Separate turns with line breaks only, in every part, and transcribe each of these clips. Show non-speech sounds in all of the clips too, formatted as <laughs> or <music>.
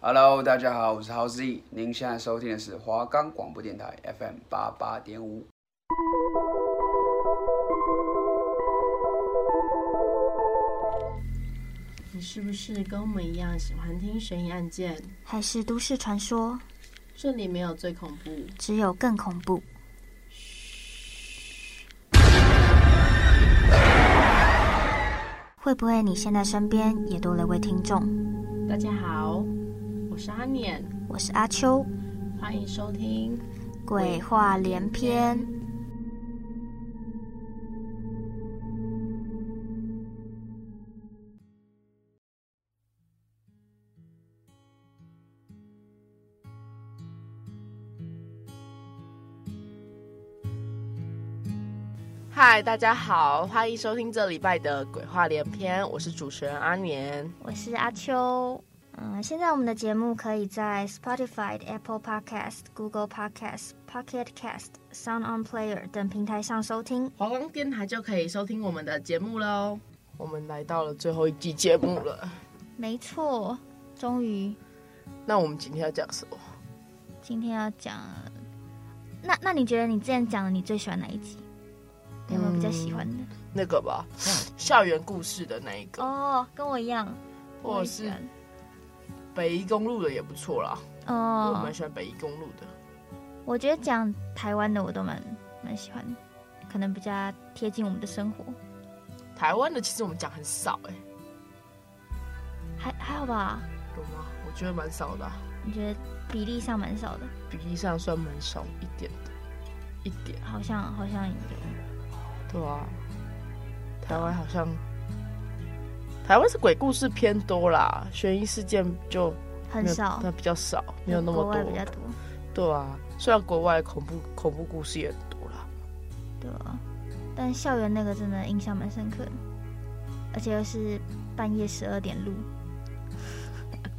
Hello，大家好，我是 How Z，您现在收听的是华冈广播电台 FM 八八点五。
你是不是跟我们一样喜欢听悬疑案件？
还是都市传说，
这里没有最恐怖，
只有更恐怖。会不会你现在身边也多了位听众？
大家好，我是阿念，
我是阿秋，
欢迎收听。
鬼话连篇。
嗨，大家好，欢迎收听这礼拜的《鬼话连篇》，我是主持人阿年。
我是阿秋。嗯，现在我们的节目可以在 Spotify、Apple Podcast、Google Podcast、Pocket Cast、Sound On Player 等平台上收听。
华冈电台就可以收听我们的节目喽。我们来到了最后一季节目了，
没错，终于
那我们今天要讲什么？
今天要讲。那那你觉得你之前讲的你最喜欢哪一集？有没有比较喜欢的？
那个吧，校园故事的那一个，
哦，跟我一样，
或者
也喜
是
欢
北宜公路的也不错啦。我
哦
蛮，喜欢北宜公路的。
我觉得讲台湾的我都蛮蛮喜欢，可能比较贴近我们的生活，
台湾的其实我们讲很少哎、
还还好吧？
有吗？我觉得蛮少的啊、
你觉得比例上蛮少的，
比例上算蛮少一点的，一点。
好像好像有，
对啊，台湾好像，台湾是鬼故事偏多啦，悬疑事件就
很
没有
少，
那比较少，没有那么
国外比较
多。
多，
对啊，虽然国外恐怖恐怖故事也很多啦，
对啊但校园那个真的印象蛮深刻的，而且又是半夜十二点录，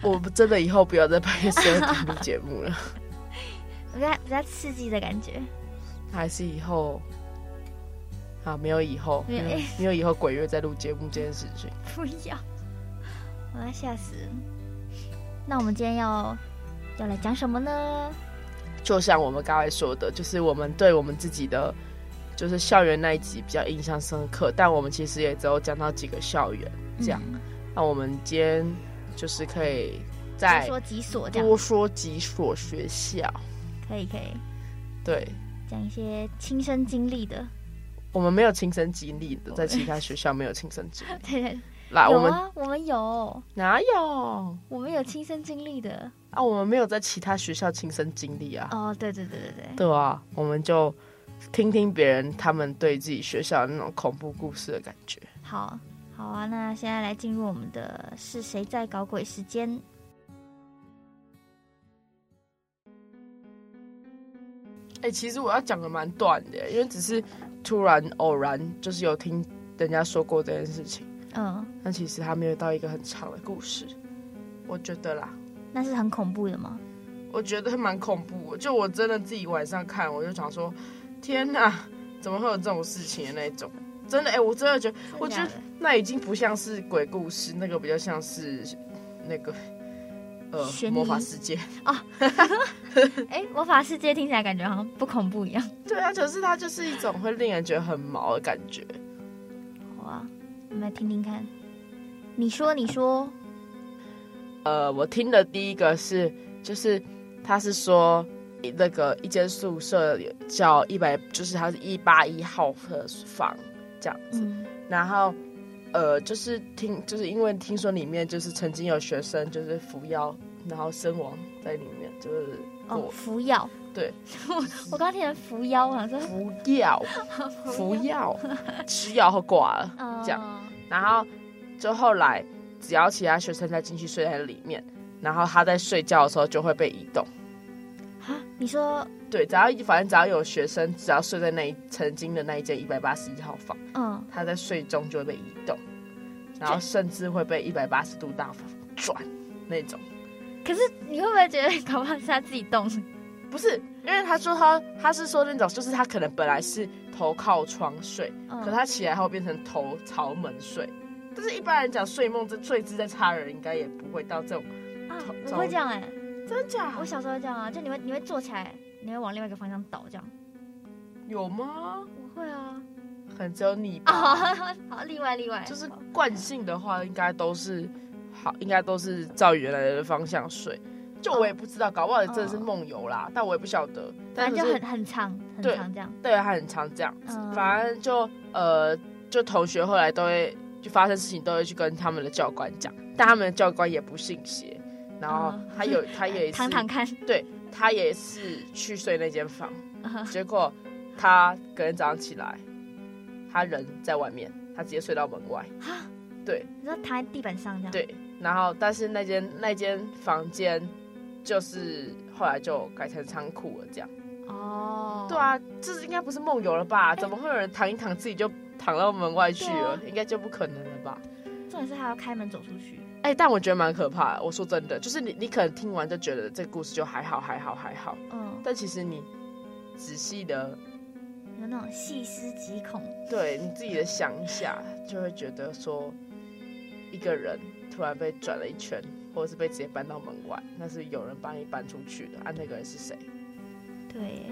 我们真的以后不要再半
<laughs>
夜十二点录节目了，
比较比较刺激的感觉。
还是以后。啊，没有以后，
没有
没有没有以后鬼月再录节目这件事情。
哎不要， <laughs> 我要吓死了。那我们今天要要来讲什么呢？
就像我们刚才说的，就是我们对我们自己的就是校园那一集比较印象深刻，但我们其实也只有讲到几个校园这样。
嗯
那我们今天就是可以
多
再
说几所这
多
样，
说几所学校。
可以可以
对，
讲一些亲身经历的。 <laughs>
我们没有亲身经历的，在其他学校没有亲身经历。
对对， <laughs>
来，我
哦有
们
啊，我们有，
哪有
我们有亲身经历的。
啊？我们没有在其他学校亲身经历啊。
哦，对对对对对，
对啊，我们就听听别人他们对自己学校的那种恐怖故事的感觉。
好好啊。那现在来进入我们的是谁在搞鬼时间？
哎、其实我要讲的蛮短的，因为只是突然偶然，就是有听人家说过这件事情，
嗯，
但其实它没有到一个很长的故事，我觉得啦，
那是很恐怖的吗？
我觉得蛮恐怖的。就我真的自己晚上看，我就想说，天哪，怎么会有这种事情的那种？真的，哎、我真的觉得我觉得
真的假的
那已经不像是鬼故事，那个比较像是那个呃
悬疑
魔法世界。 <laughs>
哎，魔法世界听起来感觉好像不恐怖一样。
对啊，可是它就是一种会令人觉得很毛的感觉。
好啊，我们来听听看。你说，你说，
呃，我听的第一个是，就是他是说那个一间宿舍叫一百，就是它是一八一号的房这样子，
嗯，
然后。呃，就是听，就是因为听说里面就是曾经有学生就是服药，然后身亡在里面，就是
哦，
我
服药，
对
<laughs> 我刚听成服妖，我想说
服药， <laughs> 服药，吃药后挂了，
呃
这样。
样，
然后就后来只要其他学生再进去睡在里面，然后他在睡觉的时候就会被移动。
哈，你说，
对，只要反正只要有学生，只要睡在那一曾经的那一间一百八十一号房，
嗯，
他在睡中就会被移动，然后甚至会被一百八十度大反转那种。
可是你会不会觉得搞不好是他自己动？
不是，因为他说他他是说那种，就是他可能本来是头靠窗睡，
嗯
可他起来后变成头朝门睡。但是一般人讲睡梦这睡姿在差人应该也不会到这种
啊
从，
我会这样哎、
真假
我小时候会这样啊，就你会你会坐起来，你会往另外一个方向倒这样。
有吗？
我会啊，
可能只有你吧。
啊， <laughs> 好，例外例外，
就是
好
惯性的话，应该都是好，应该都是照原来的方向睡。就我也不知道，搞不好真的是梦游啦，但我也不晓得。但
嗯反正
就
就是很很长很
对
长这样。
对他很常这样子，
嗯
反正就呃，就同学后来都会就发生事情都会去跟他们的教官讲，但他们的教官也不信邪。然后
嗯
他
<laughs>
有他也是
躺躺看，
他也是去睡那间房，
嗯
结果他隔天早上起来，他人在外面，他直接睡到门外。对，
你知道躺在地板上这样。，
对，然后但是那间那间房间就是后来就改成仓库了，这样。
哦，
对，啊，这是应该不是梦游了吧？怎么会有人躺一躺自己就躺到门外去了？
对啊
应该就不可能了吧？
重点是还要开门走出去。
哎、但我觉得蛮可怕的。我说真的，就是你你可能听完就觉得这故事就还好还好还好，
嗯，
但其实你仔细的
有那种细思极恐。
对你自己的想一下，就会觉得说，一个人突然被转了一圈，或者是被直接搬到门外，那是有人把你搬出去的，啊，那个人是谁？
对，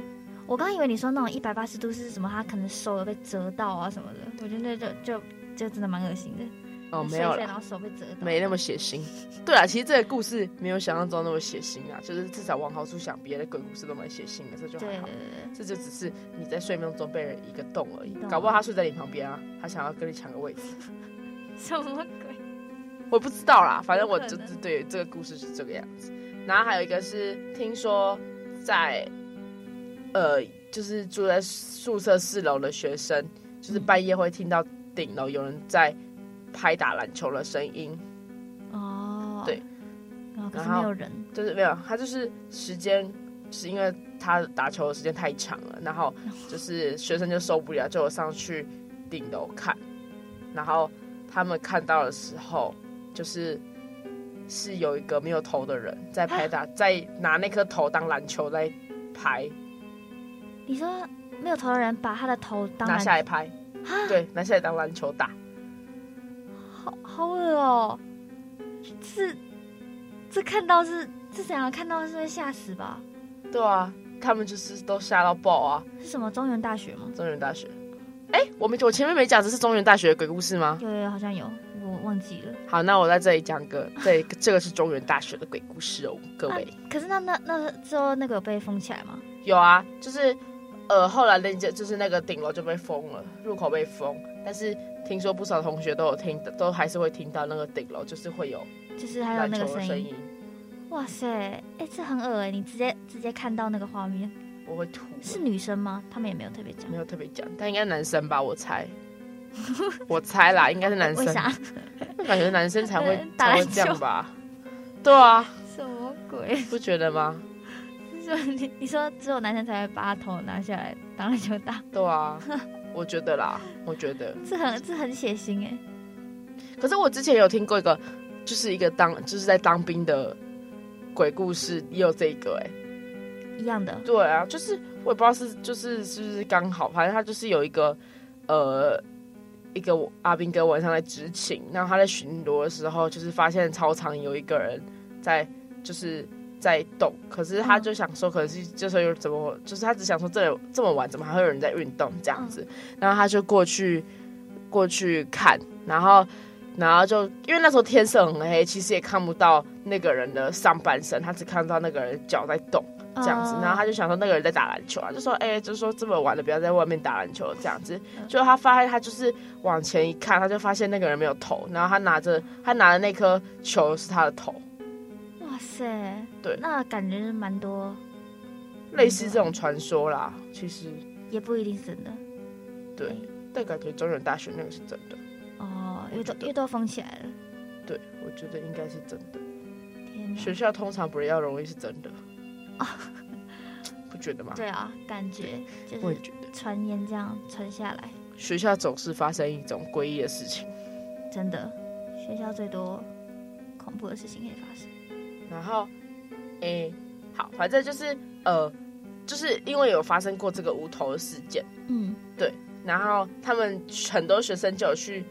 我刚以为你说那种一百八十度是什么，他可能手有被折到啊什么的，我觉得就就就真的蛮恶心的。
哦，没
睡一
有
睡
啦，
然后手被折到，
没那么血腥。对啊，其实这个故事没有想象中那么血腥啊，就是至少往好处想，别的鬼故事都蛮血腥的，这就
对。对
还
对
好。
对，
这就只是你在睡梦中被人一个洞而已
一个，洞
搞不好他睡在你旁边啊，他想要跟你抢个位置，
什么鬼？
我不知道啦，反正我
有可
就
能
对这个故事是这个样子。然后还有一个是听说在，呃，就是住在宿舍四楼的学生，
嗯
就是半夜会听到顶楼有人在拍打篮球的声音，
哦，
对，
然后可是
然后
没有人，
就是没有，他就是时间，是因为他打球的时间太长了，然后就是学生就受不了，就有上去顶楼看，然后他们看到的时候，就是是有一个没有头的人在拍打，
<gasps>
在拿那颗头当篮球在拍，
你说没有头的人把他的头当
拿
篮
下来
<gasps>
拍，对，拿下来当篮球打，
好好恶哦、是这看到是这怎样看到是会吓死吧？
对啊，他们就是都吓到爆啊！
是什么中原大学吗？
中原大学，哎、我们我前面没讲这是中原大学的鬼故事吗？
有有有，好像有，我忘记了。
好，那我在这里讲个，这这个是中原大学的鬼故事哦，各位。
啊可是那那那之后那个有被封起来吗？
有啊，就是呃，后来那间就是那个顶楼就被封了，入口被封，但是听说不少同学都有听，都还是会听到那个顶楼就是会有
就是还有
篮
那
球
个
的
声
声
音。
音，
哇塞，哎、这很恶哎、你直接直接看到那个画面，
我会吐。
是女生吗？他们也没有特别讲
没。有特别讲，但应该男生吧，我猜，
<laughs>
我猜啦，应该是男生
为，啥？
感觉男生才会
打
才
篮
会
球
这样吧？对啊，
<laughs> 什么鬼？
不觉得吗？
就是你你说只有男生才会把他头拿下来当篮球打，
对啊，我觉得啦，我觉得。
这很这很血腥哎、
可是我之前有听过一个，就是一个当就是在当兵的鬼故事，也有这个哎、
一样的。
对啊，就是我也不知道是就是是不是刚好，反正他就是有一个呃一个阿兵哥晚上在执勤，然后他在巡逻的时候，就是发现操场有一个人在就是在动，可是他
嗯
就想说，可能是就是有怎么，就是他只想说这这么晚怎么还会有人在运动这样子，然后他就过去过去看，然后。然后就因为那时候天色很黑，其实也看不到那个人的上半身，他只看到那个人脚在动。这样
嗯哦
子，然后他就想说那个人在打篮球啊，就说哎、就说这么晚了不要在外面打篮球这样子。就他发现他就是往前一看，他就发现那个人没有头，然后他拿着他拿的那颗球是他的头，
他哇塞，
对
那感觉是蛮多，
类似这种传说啦。其实
也不一定是真的
对，
嗯
但感觉中原大学那个是真的，
哦，因为都
我觉得
因为都封起来了。
对我觉得应该是真的。
天哪，
学校通常比较容易是真的，不觉得吗？
对啊，感觉就
我
是
也觉得，
传言这样传下来，
学校总是发生一种诡异的事情。
真的，学校最多恐怖的事情可以发生。
然后，诶、好，反正就是呃，就是因为有发生过这个无头的事件，
嗯，
然后他们很多学生就有去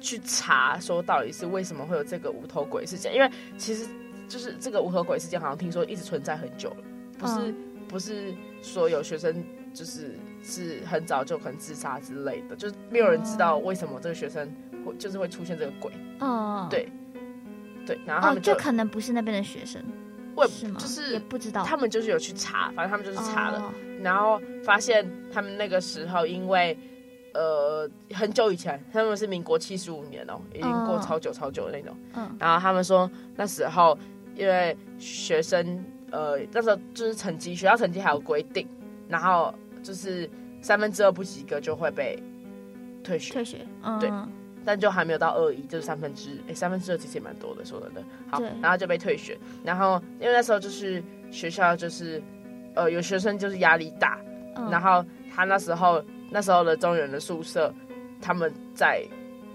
去查，说到底是为什么会有这个无头鬼事件，因为其实就是这个无头鬼事件，好像听说一直存在很久了，不是、
嗯
不是说有学生就是是很早就可能自杀之类的，就是没有人知道为什么这个学生会就是会出现这个鬼，
哦，
对对，然后他
哦，
们就、
就可能不是那边的学生，
我也
是吗？
就是
也不知道，
他们就是有去查，反正他们就是查了，
哦
然后发现他们那个时候因为呃很久以前，他们是民国七十五年哦，已经过
哦
超久超久的那种。
嗯
然后他们说那时候因为学生呃那时候就是成绩，学校成绩还有规定，然后就是三分之二不及格就会被退学，
退学，嗯，
对但就还没有到二一，就是三分之哎三分之二其实也蛮多的，说真的。好
对，
然后就被退学，然后因为那时候就是学校就是呃有学生就是压力大，
嗯
然后他那时候那时候的中原的宿舍，他们在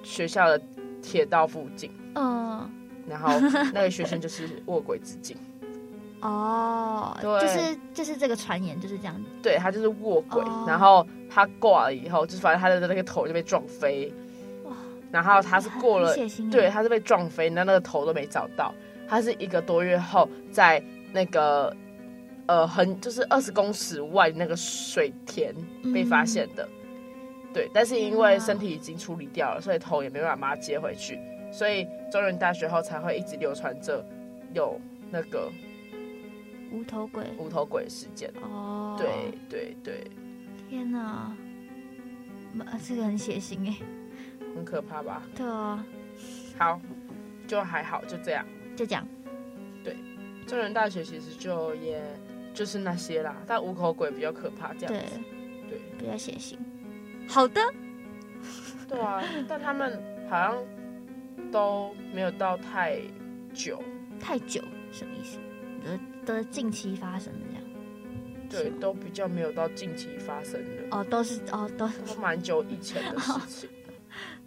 学校的铁道附近，
嗯，
然后那个学生就是卧轨自
<laughs>
尽，
哦，
对
就是就是这个传言就是这样，
对他就是卧轨，
哦
然后他挂了以后，就是反正他的那个头就被撞飞，
哇
然后他是过了
很血腥，欸
对，，他是被撞飞，那那个头都没找到。他是一个多月后，在那个呃很就是二十公尺外那个水田被发现
嗯
的。对，但是因
啊
为身体已经处理掉了，所以头也没办法把它接回去，所以中原大学后才会一直流传着有那个
嗯无头鬼，
无头鬼事件。
哦，
对，对对，
天哪，嗯呃这个很血腥哎，
很可怕吧？
对啊，
好，就还好，就这样。
就讲，
中原大学其实就也就是那些啦，但无头鬼比较可怕，这样
对
子。，对
比较血腥。好的，
对啊，但他们好像都没有到太久，
太久什么意思？都都是近期发生的这样，
对
是吗，
都比较没有到近期发生的，
哦，都是哦都
都蛮久以前的事情。 <laughs>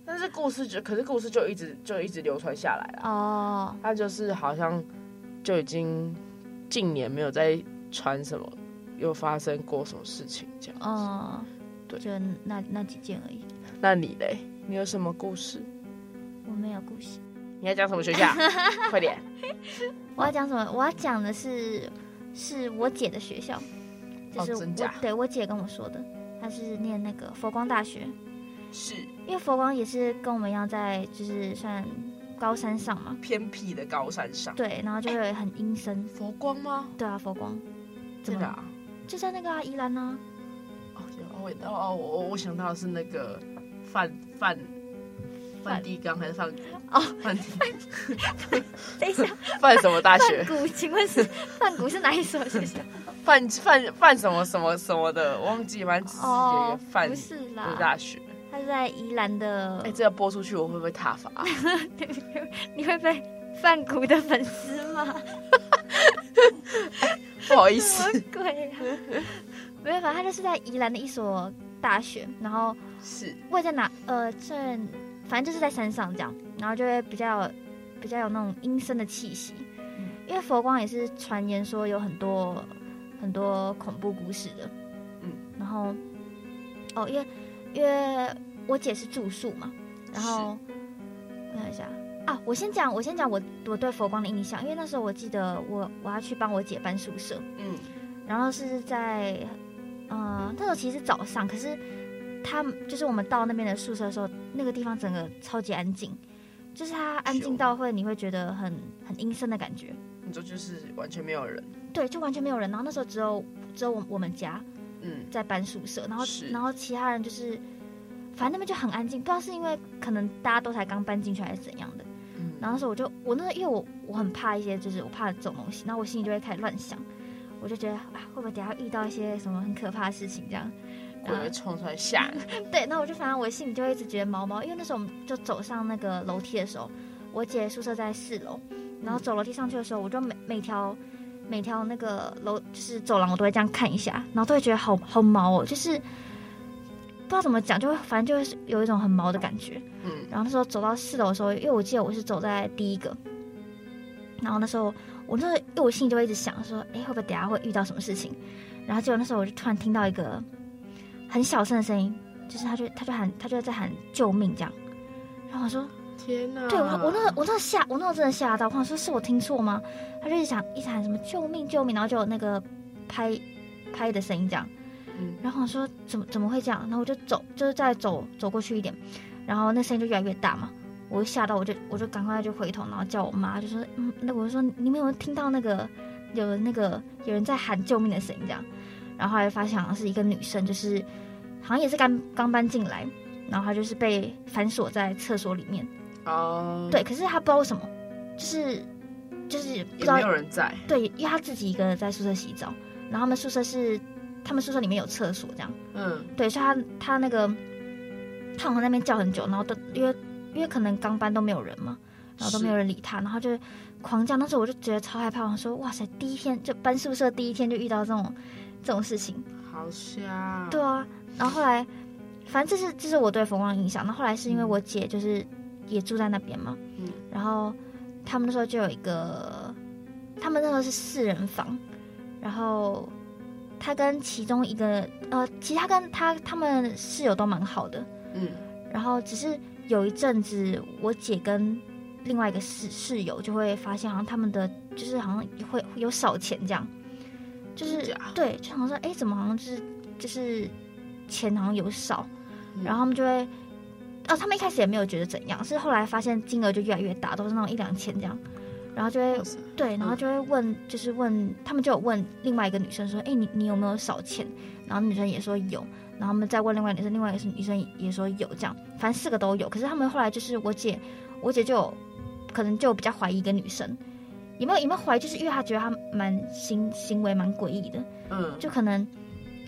但是故事就，可是故事就一直就一直流传下来了。
哦，
它就是好像就已经近年没有再传什么，又发生过什么事情这样。
嗯，
对
就那那几件而已，
那你嘞？你有什么故事？
我没有故事。
你要讲什么学校？ <laughs> 快点！
我要讲什么？我要讲的是，是我姐的学校，就是
哦
我、
真假
对我姐跟我说的，她是念那个佛光大学，
是
因为佛光也是跟我们一样在就是算高山上嘛，
偏僻的高山上，
对，然后就会很阴森，
佛光吗？
对啊，佛光
真
怎么
的
了？
啊？
就在那个啊宜
<laughs>
兰啊，
哦，有哦，我哦，我我想到的是那个范范范地刚还是范
哦
范
等一下，
<laughs> 范什么大
范
学
谷，请问是范谷是哪一所学校？
范范范什么什么什么的，忘记反正只是有一
哦
个，范
不是啊嗯
的
啦，
大学。
她哦是在宜兰的，
哎，这个播出去我会不会踏伐？啊
你会被范谷的粉丝吗？
不好意
什
思
<laughs> 么，鬼啊！没办法，他就是在宜兰的一所大学，然后
是
位在哪？呃，这反正就是在山上这样，然后就会比较比较有那种阴森的气息。因为佛光也是传言说有很多很多恐怖故事的，
嗯，
然后哦，因为因为我姐是住宿嘛，然后我想一下啊，我先讲我先讲我我对佛光的印象，因为那时候我记得我我要去帮我姐搬宿舍，
嗯
然后是在，呃，那时候其实是早上，可是他们就是我们到那边的宿舍的时候，那个地方整个超级安静，就是它安静到会你会觉得很很阴森的感觉，
你说就是完全没有人，
对，就完全没有人。然后那时候只有只有我我们家
嗯
在搬宿舍，然后
是
然后其他人就是，反正那边就很安静，不知道是因为可能大家都才刚搬进去还是怎样的。
嗯，
然后那时候我就我那时候因为我我很怕一些就是我怕这种东西，然后我心里就会开始乱想，我就觉得啊会不会等一下遇到一些什么很可怕的事情这样。
鬼会冲出来吓你，
对，那我就反正我心里就会一直觉得毛毛，因为那时候我们就走上那个楼梯的时候，我姐宿舍在四楼，然后走楼梯上去的时候，我就每每条每条那个楼就是走廊，我都会这样看一下，然后都会觉得好好毛哦，就是不知道怎么讲，就会反正就会是有一种很毛的感觉。 <laughs>
嗯
然后那时候走到四楼的时候，因为我记得我是走在第一个，然后那时候我那时候因为我心里就会一直想说，哎，会不会等一下会遇到什么事情？然后结果那时候我就突然听到一个很小声的声音，就是他就他就喊他就在喊救命这样，然后我说
天哪！
对我，我那我那吓，我那真的吓到，我想说是我听错吗？他就一直想一直喊什么救命救命，然后就有那个拍拍的声音这样，
嗯
然后我说怎么怎么会这样？然后我就走，就是再走走过去一点，然后那声音就越来越大嘛，我就吓到，我就我就赶快就回头，然后叫我妈，就说嗯，那我就说你们有没有听到那个有那个有人在喊救命的声音这样？然后后来发现好像是一个女生，就是好像也是刚刚搬进来，然后她就是被反锁在厕所里面。
哦，
对，，可是他不知道为什么，就是就是不知
也
道
没有人在，
对，因为他自己一个人在宿舍洗澡，然后他们宿舍是他们宿舍里面有厕所这样，
嗯
对，所以他他那个他好像在那边叫很久，然后都因为因为可能刚搬都没有人嘛，然后都没有人理他，然后就狂叫，那时候我就觉得超害怕，我说哇塞，第一天就搬宿舍第一天就遇到这种这种事情，
好瞎，
对啊，然后后来，反正这是这是我对冯光的印象。那后来是因为我姐就是也住在那边嘛，
嗯
然后他们那时候就有一个，他们那时候是四人房，然后他跟其中一个呃，其实他跟他他们室友都蛮好的，
嗯
然后只是有一阵子我姐跟另外一个室室友就会发现，好像他们的就是好像会会有少钱这样，就是
真假
对，就好像说，哎，怎么好像就是就是钱好像有少，
嗯
然后他们就会，哦，他们一开始也没有觉得怎样，是后来发现金额就越来越大，都是那种一两千这样，然后就会
哇塞
对，然后
嗯
就会问，就是问他们就有问另外一个女生说，哎、你你有没有少钱？然后女生也说有，然后他们再问另外一个女生，另外一个女生也说有，这样，反正四个都有。可是他们后来就是我姐，我姐就有可能就比较怀疑一个女生，有没有有没有怀疑？就是因为她觉得她蛮行行为蛮诡异的，
嗯
就可能，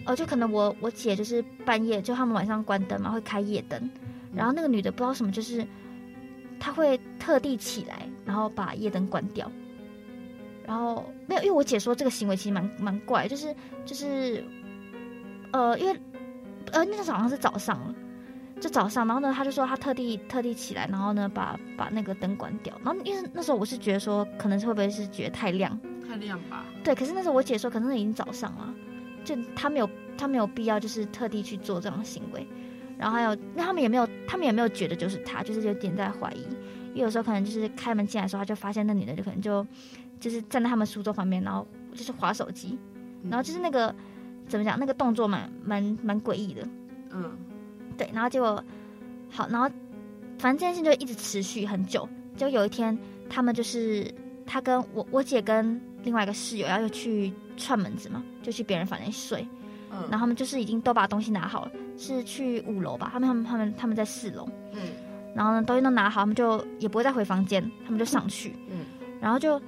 哦，就可能我我姐就是半夜，就他们晚上关灯嘛，会开夜灯，然后那个女的不知道什么，就是她会特地起来，然后把夜灯关掉，然后没有，因为我姐说这个行为其实蛮蛮怪，就是就是，呃，因为呃那个时候好像是早上了。就早上，然后呢，她就说她特地特地起来，然后呢，把把那个灯关掉。然后因为那时候我是觉得说，可能是会不会是觉得太亮，
太亮吧，
对，可是那时候我姐说，可能已经早上了，就她没有她没有必要就是特地去做这种行为，然后还有那他们也没有他们也没有觉得就是她，就是有点在怀疑，因为有时候可能就是开门进来的时候，她就发现那女的就可能就就是站在他们书桌旁边，然后就是划手机，
嗯
然后就是那个怎么讲，那个动作蛮蛮蛮诡异的，
嗯
对，然后结果好，然后反正这件事情就一直持续很久。就有一天，他们就是他跟我我姐跟另外一个室友，然后就去串门子嘛，就去别人房间睡。
嗯，
然后他们就是已经都把东西拿好了，是去五楼吧？他们他们他们他们在四楼。
嗯
然后呢，东西都拿好，他们就也不会再回房间，他们就上去，
嗯
然后就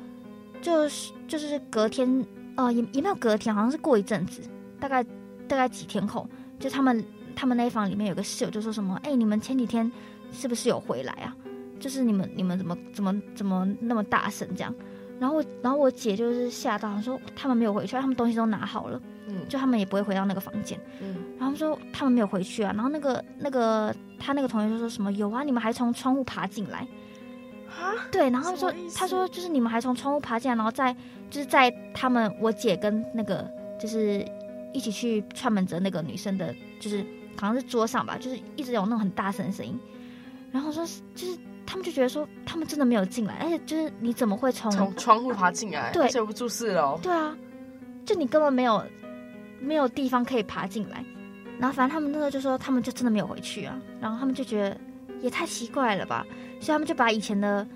就是就是隔天，呃，也也没有隔天，好像是过一阵子，大概大概几天后，就他们他们那一房里面有个室友就说什么，哎、你们前几天是不是有回来啊？就是你们你们怎么怎么怎么那么大声这样？然后我然后我姐就是吓到，她说他们没有回去，他们东西都拿好了，
嗯
就他们也不会回到那个房间。
嗯，
然后他们说他们没有回去啊，然后那个那个他那个同学就说什么有啊，你们还从窗户爬进来，
啊，
对，然后他们说
什么意思
他说就是你们还从窗户爬进来，然后在就是在他们我姐跟那个就是一起去串门子的那个女生的，就是好像是桌上吧，就是一直有那种很大声的声音，然后说就是他们就觉得说他们真的没有进来，而且就是你怎么会从
从窗户爬进来，
对
而且不住四楼，
对啊，就你根本没有没有地方可以爬进来。然后反正他们那时候就说，他们就真的没有回去啊。然后他们就觉得也太奇怪了吧，所以他们就把以前的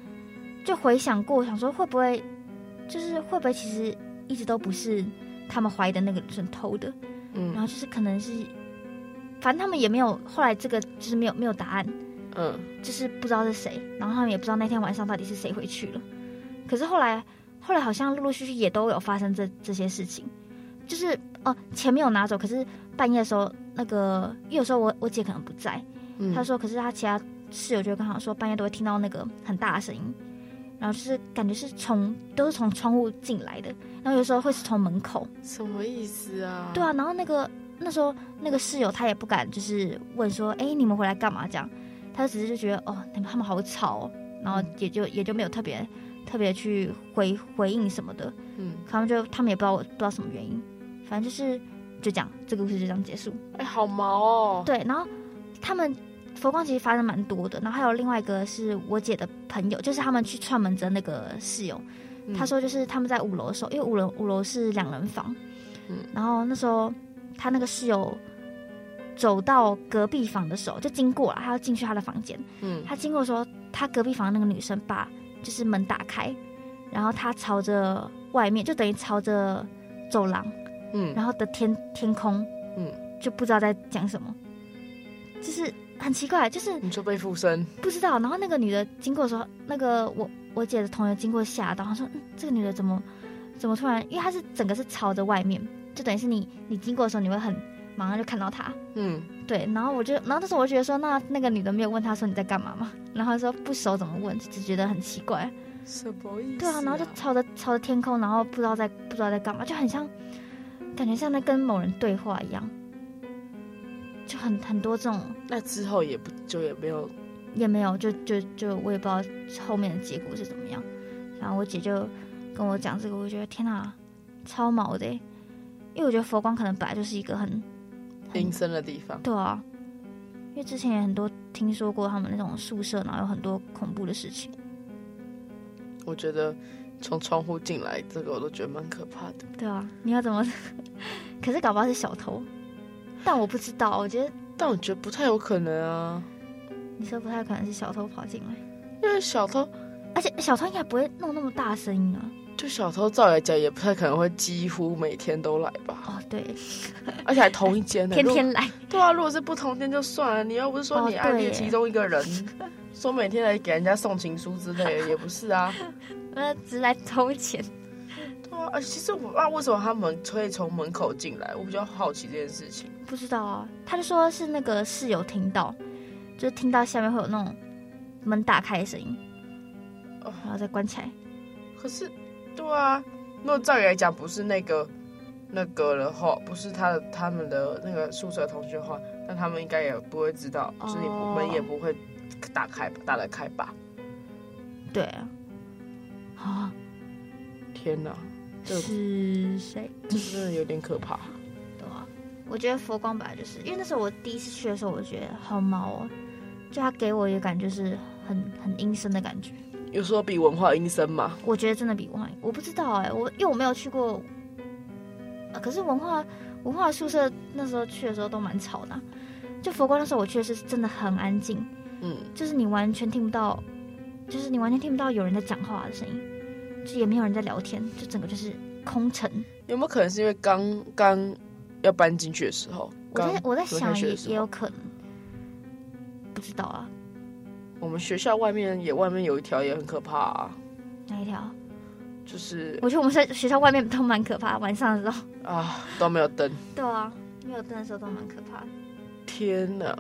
就回想过，想说会不会就是会不会其实一直都不是他们怀疑的那个女生偷的，然
嗯
后就是可能是，反正他们也没有后来这个就是没有没有答案。
嗯
就是不知道是谁，然后他们也不知道那天晚上到底是谁回去了。可是后来，后来好像陆陆续续也都有发生这这些事情，就是哦、钱没有拿走，可是半夜的时候，那个因为有时候我我姐可能不在，
嗯，
她说，可是她其他室友就刚好说半夜都会听到那个很大的声音，然后就是感觉是从都是从窗户进来的，然后有时候会是从门口，
什么意思啊？
对啊，然后那个那时候那个室友他也不敢就是问说，哎、你们回来干嘛这样，他只是就觉得哦，你们他们好吵、哦，然后也就也就没有特别特别去回回应什么的，
嗯，
他们就他们也不知道我不知道什么原因，反正就是就这样，这个故事就这样结束。
哎，好毛哦，
对，然后他们佛光其实发生蛮多的。然后还有另外一个是我姐的朋友，就是他们去串门子的那个室友，
嗯
他说就是他们在五楼的时候，因为五楼五楼是两人房，
嗯
然后那时候他那个室友走到隔壁房的时候，就经过了，他要进去他的房间，
嗯
他经过的时候，他隔壁房那个女生把就是门打开，然后他朝着外面，就等于朝着走廊，
嗯
然后的天天空，
嗯，
就不知道在讲什么，就是很奇怪，就是
你就被附身，
不知道。然后那个女的经过的时候，那个我我姐的同学经过吓到，她说：“嗯，这个女的怎么怎么突然？因为她是整个是朝着外面，就等于是你你经过的时候，你会很马上就看到她。
嗯
对，然后我就，然后那时候我就觉得说，那那个女的没有问她说你在干嘛嘛， <laughs> 然后她说不熟怎么问，就觉得很奇怪。
什么意思、
对啊，然后就朝着朝着天空，然后不知道在不知道在干嘛，就很像，感觉像在跟某人对话一样，就很很多这种
那之后也不就也没有，
也没有，就就就我也不知道后面的结果是怎么样。然后我姐就跟我讲这个，我觉得天哪，超毛的欸，因为我觉得佛光可能本来就是一个很很
阴森的地方。
对啊，因为之前也很多听说过他们那种宿舍，然后有很多恐怖的事情。
我觉得从窗户进来这个我都觉得蛮可怕的。
对啊，你要怎么？ <laughs> 可是搞不好是小偷，但我不知道。我觉得
但我觉得不太有可能啊，
你说不太可能是小偷跑进来，
因为小偷
而且小偷应该不会弄那么大声音啊。
就小偷照理来讲也不太可能会几乎每天都来
<laughs>
吧，
哦，对，
而且还同一间呢。
天
如
天来。 <laughs>
果对啊，如果是不同间就算了，你又不是说
哦
你暗
对
恋
耶
其中一个人，说每天来给人家送情书之
<laughs>
类的，也不是啊。
呃，只来偷钱。
对啊，而且其实我啊，为什么他们可以从门口进来？我比较好奇这件事情。
不知道啊，他就说是那个室友听到，就是听到下面会有那种门打开的声音，
哦
然后再关起来。
可是，对啊，如果照理来讲不是那个那个的话，不是他的他们的那个宿舍同学的话，那他们应该也不会知道，
哦
就是也不门也不会打开打得开吧？
对啊，啊，
天哪，这
是谁？
这真的有点可怕。
对啊，我觉得佛光本来就是因为那时候我第一次去的时候，我觉得好毛哦，就他给我一个感觉是很很阴森的感觉。
<laughs> 有说比文化阴森嘛？
我觉得真的比文化，我不知道哎、我因为我没有去过，呃、可是文化文化宿舍那时候去的时候都蛮吵的啊、就佛光那时候我去的是真的很安静，
嗯，
就是你完全听不到，就是你完全听不到有人在讲话的声音，就也没有人在聊天，就整个就是空城。
有没有可能是因为刚刚要搬进去的时候，
我
刚
在我在
刚
想
开学
也
的时候
也有可能，不知道啊，
我们学校外面也外面有一条也很可怕、啊，
哪一条？
就是
我觉得我们在学校外面都蛮可怕，晚上的时候。
啊都没有灯。
对啊，没有灯的时候都蛮可怕的。
天哪，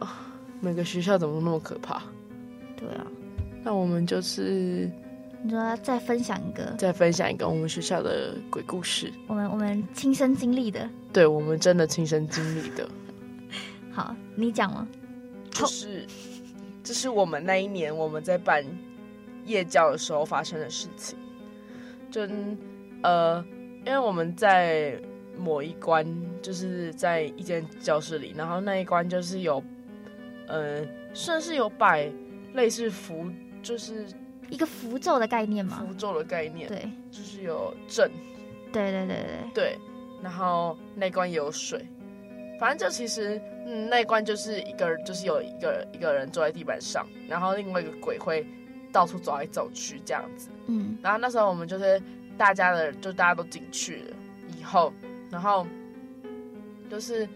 每个学校怎么那么可怕？
对啊，
那我们就是
你说再分享一个
再分享一个我们学校的鬼故事，
我们我们亲身经历的。
对我们真的亲身经历的，
好，你讲吗？
<laughs> 就是这是我们那一年我们在办夜教的时候发生的事情。就呃，因为我们在某一关，就是在一间教室里，然后那一关就是有，呃，算是有摆类似符，就是
一个符咒的概念吗？
符咒的概念，
对
就是有阵，
对对对对
对，然后那一关也有水，反正就其实，嗯，那一关就是一个人，就是有一个一个人坐在地板上，然后另外一个鬼会到处走来走去这样子。
对，嗯
然后那时候我们就是大家的，就大家都进去了以后，然后就是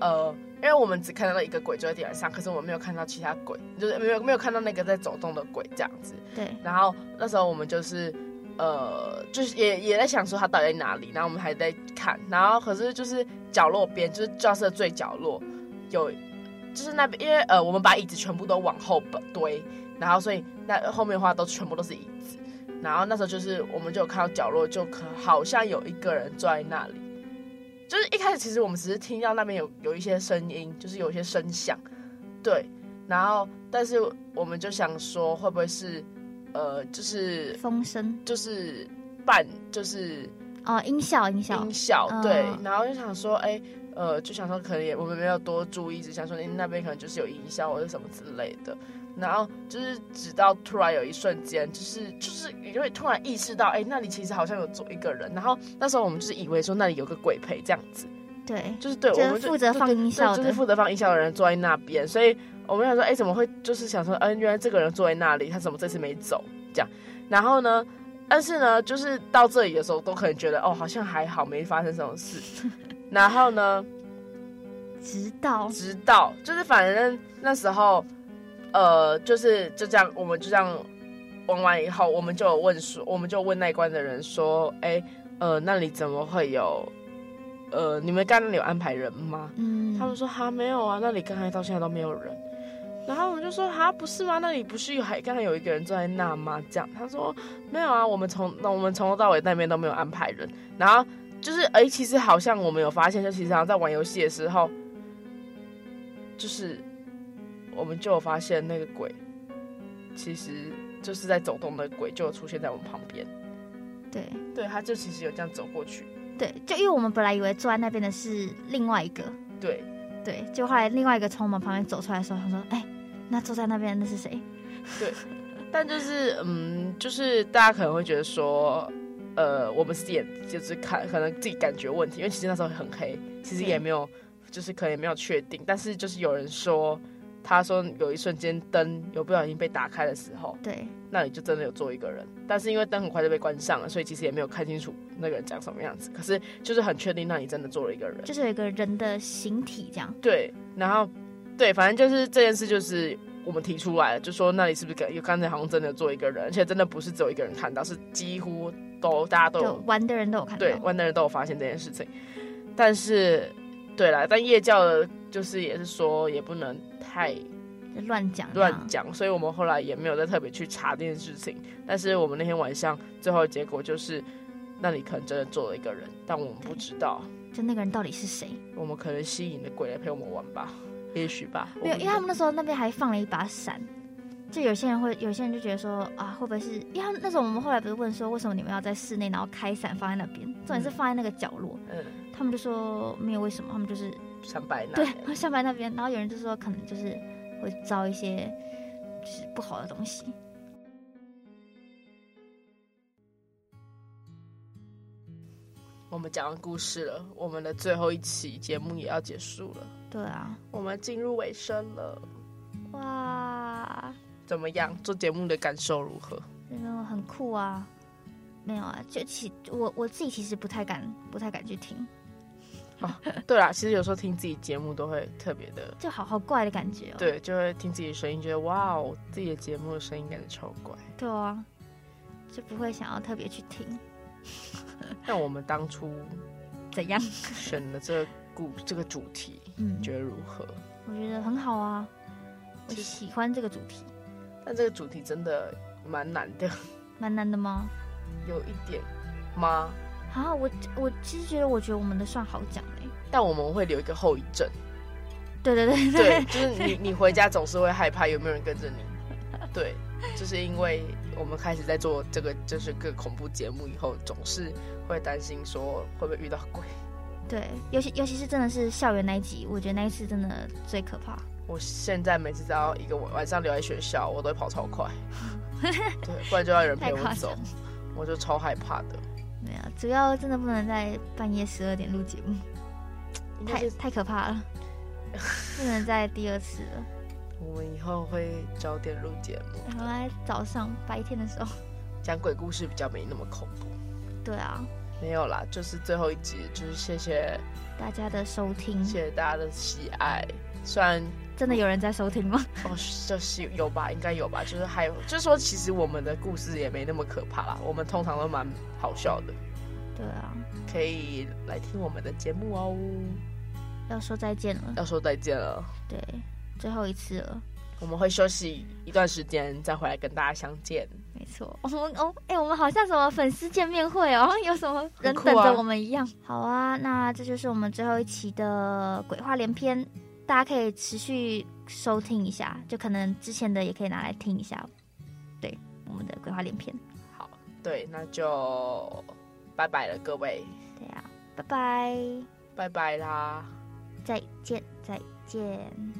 呃，因为我们只看到了一个鬼坐在地板上，可是我们没有看到其他鬼，就是没有没有看到那个在走动的鬼这样子。
对，
然后那时候我们就是呃，就是也也在想说他到底在哪里，然后我们还在看，然后可是呃就是角落边，就是教室的最角落有，就是那边因为呃我们把椅子全部都往后堆，然后所以那呃后面的话都全部都是椅子，然后那时候就是我们就有看到角落就可好像有一个人坐在那里。就是一开始，其实我们只是听到那边有有一些声音，就是有一些声响，对。然后，但是我们就想说，会不会是呃，就是
风声
就是伴就是
哦，音效音效
音效，
嗯
对，然后就想说，哎、呃，就想说可能也我们没有多注意，只想说你那边可能就是有营销或者什么之类的。然后就是直到突然有一瞬间，就是就是你就会突然意识到，哎、那里其实好像有坐一个人。然后那时候我们就是以为说那里有个鬼陪这样子，
对，
就是对，我
就是
们
负责放音效
对就
的
是负责放音效的人坐在那边，所以我们想说，哎、怎么会就是想说，嗯、原来这个人坐在那里，他怎么这次没走？这样，然后呢，但是呢，就是到这里的时候，都可能觉得哦，好像还好，没发生什么
<laughs>
事。然后呢，
直到
直到就是反正那时候，呃，就是就这样，我们就这样玩完以后，我们就有问说，我们就问那一关的人说，哎、呃，那里怎么会有？呃，你们刚刚那里有安排人吗？
嗯，
他们说哈没有啊，那里刚才到现在都没有人。然后我们就说哈不是吗？那里不是有还刚才有一个人坐在那吗？这样他说没有啊，我们从那我们从头到尾那边都没有安排人。然后就是哎、诶其实好像我们有发现，就其实好像在玩游戏的时候，就是我们就有发现那个鬼，其实就是在走动的鬼就有出现在我们旁边。
对
对，他就其实有这样走过去。
对，就因为我们本来以为坐在那边的是另外一个，
对，
对，就后来另外一个从我们旁边走出来的时候，他说：“哎、那坐在那边的是谁
但就是嗯，就是大家可能会觉得说，呃，我们自己也就是看可能自己感觉问题，因为其实那时候很黑，其实也没有，就是可能也没有确定，但是就是有人说。他说有一瞬间灯有不小心被打开的时候？”，
对
那里就真的有坐一个人，但是因为灯很快就被关上了，所以其实也没有看清楚那个人长什么样子。可是就是很确定那里真的坐了一个人，
就是有一个人的形体这样。
对，然后对，反正就是这件事，就是我们提出来了，就说那里是不是跟有刚才好像真的坐一个人，而且真的不是只有一个人看到，是几乎都大家都
就
有
玩的人都有看到，
哦对湾的人都有发现这件事情。但是对啦，但夜教的就是也是说也不能太
就乱讲这样
乱讲，所以我们后来也没有再特别去查这件事情。但是我们那天晚上最后的结果就是，那里可能真的坐了一个人，但我们不知道。
就那个人到底是谁？
我们可能吸引了鬼来陪我们玩吧，也许吧。我
没有，
不
因
知道
为他们那时候那边还放了一把伞，就有些人会，有些人就觉得说啊，会不会是因为他们那时候我们后来不是问说为什么你们要在室内，然后开伞放在那边，重点是放在那个角落，
嗯，
他们就说没有为什么，他们就是
三百那
对
里，
上班那边，然后有人就说可能就是会招一些就是不好的东西，
我们讲完故事了，我们的最后一期节目也要结束了，
对啊，
我们进入尾声了。
哇，
怎么样？做节目的感受如何？
真的很酷啊！没有啊，就其我我自己其实不太敢，不太敢去听，
对啦，其实有时候听自己节目都会特别的，
就好好怪的感觉哦。
对，就会听自己声音，觉得哇哦，自己的节目的声音感觉超怪。
对啊，就不会想要特别去听。
但我们当初
怎样？
选的这个故这个主题，
嗯
你，觉得如何？
我觉得很好啊，我
其实
喜欢这个主题，
但这个主题真的蛮难的，
蛮难的吗？
有一点吗？
啊，我我其实觉得，我觉得我们的算好讲哎、
但我们会留一个后遗症。
对对 <laughs> 对
对，就是你你回家总是会害怕有没有人跟着你，对，就是因为我们开始在做这个就是个恐怖节目以后，总是会担心说会不会遇到鬼。
对，尤其尤其是真的是校园那一集，我觉得那一次真的最可怕。
我现在每次只要一个晚上留在学校，我都会跑超快，
<laughs>
对，不然就要有人陪
太
我
夸张
走，我就超害怕的。
没有，主要真的不能在半夜十二点录节目，
应该
太
是
太可
<laughs>
怕了，不能再第二次了。
我们以后会早点录节目，
然后在早上白天的时候，
讲鬼故事比较没那么恐怖。
对啊，
没有啦，就是最后一集，就是谢谢
大家的收听，
谢谢大家的喜爱，虽然
真的有人在收听吗？ <laughs>
哦，就是有吧，应该有吧。就是还有，就是说，其实我们的故事也没那么可怕啦。我们通常都蛮好笑的，
对啊，
可以来听我们的节目哦。
要说再见了，
要说再见了，
对，最后一次了，
我们会休息一段时间，再回来跟大家相见。
没错。我们哦，哎、我们好像什么粉丝见面会哦， <laughs> 有什么人
很酷啊
等着我们一样。好啊，那这就是我们最后一期的鬼话连篇，大家可以持续收听一下，就可能之前的也可以拿来听一下。对，我们的鬼话连篇，
好，对，那就拜拜了，各位，
对啊，拜拜。
拜拜啦。
再见，再见。